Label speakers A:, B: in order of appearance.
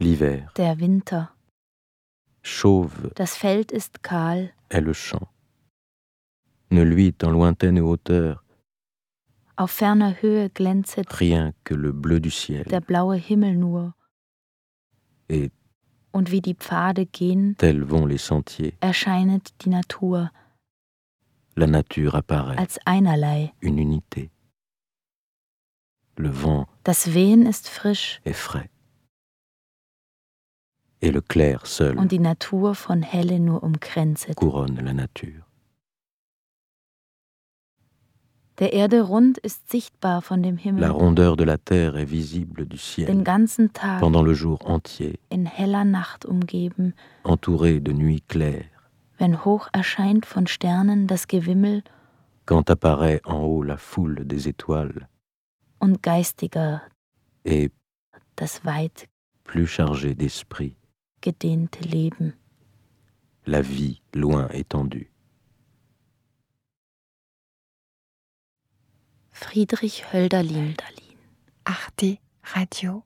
A: l'hiver,
B: der Winter.
A: chauve
B: Das Feld ist kahl,
A: est le champ. Ne luit en lointaine hauteur
B: auf ferner Höhe glänzet
A: rien que le bleu du ciel,
B: der blaue Himmel nur,
A: et
B: und wie die Pfade gehen,
A: tels vont les sentiers.
B: erscheinet die Natur
A: La nature apparaît,
B: als einerlei.
A: une unité. Le vent
B: Das Wehen ist frisch
A: est frais. Et le clair seul
B: und die Natur von Helle nur umkränzet.
A: couronne la nature.
B: Der Erde rund ist sichtbar von dem
A: La
B: Himmel
A: rondeur de la terre est visible du
B: den
A: ciel
B: ganzen Tag
A: pendant le jour entier,
B: in heller Nacht umgeben,
A: entourée de nuits claires,
B: wenn hoch erscheint von Sternen das Gewimmel
A: quand apparaît en haut la foule des étoiles
B: und geistiger
A: et
B: das weit
A: plus chargée d'esprit,
B: gedehnte Leben.
A: la vie loin étendue.
B: Friedrich Hölderlin.
C: arteradio.com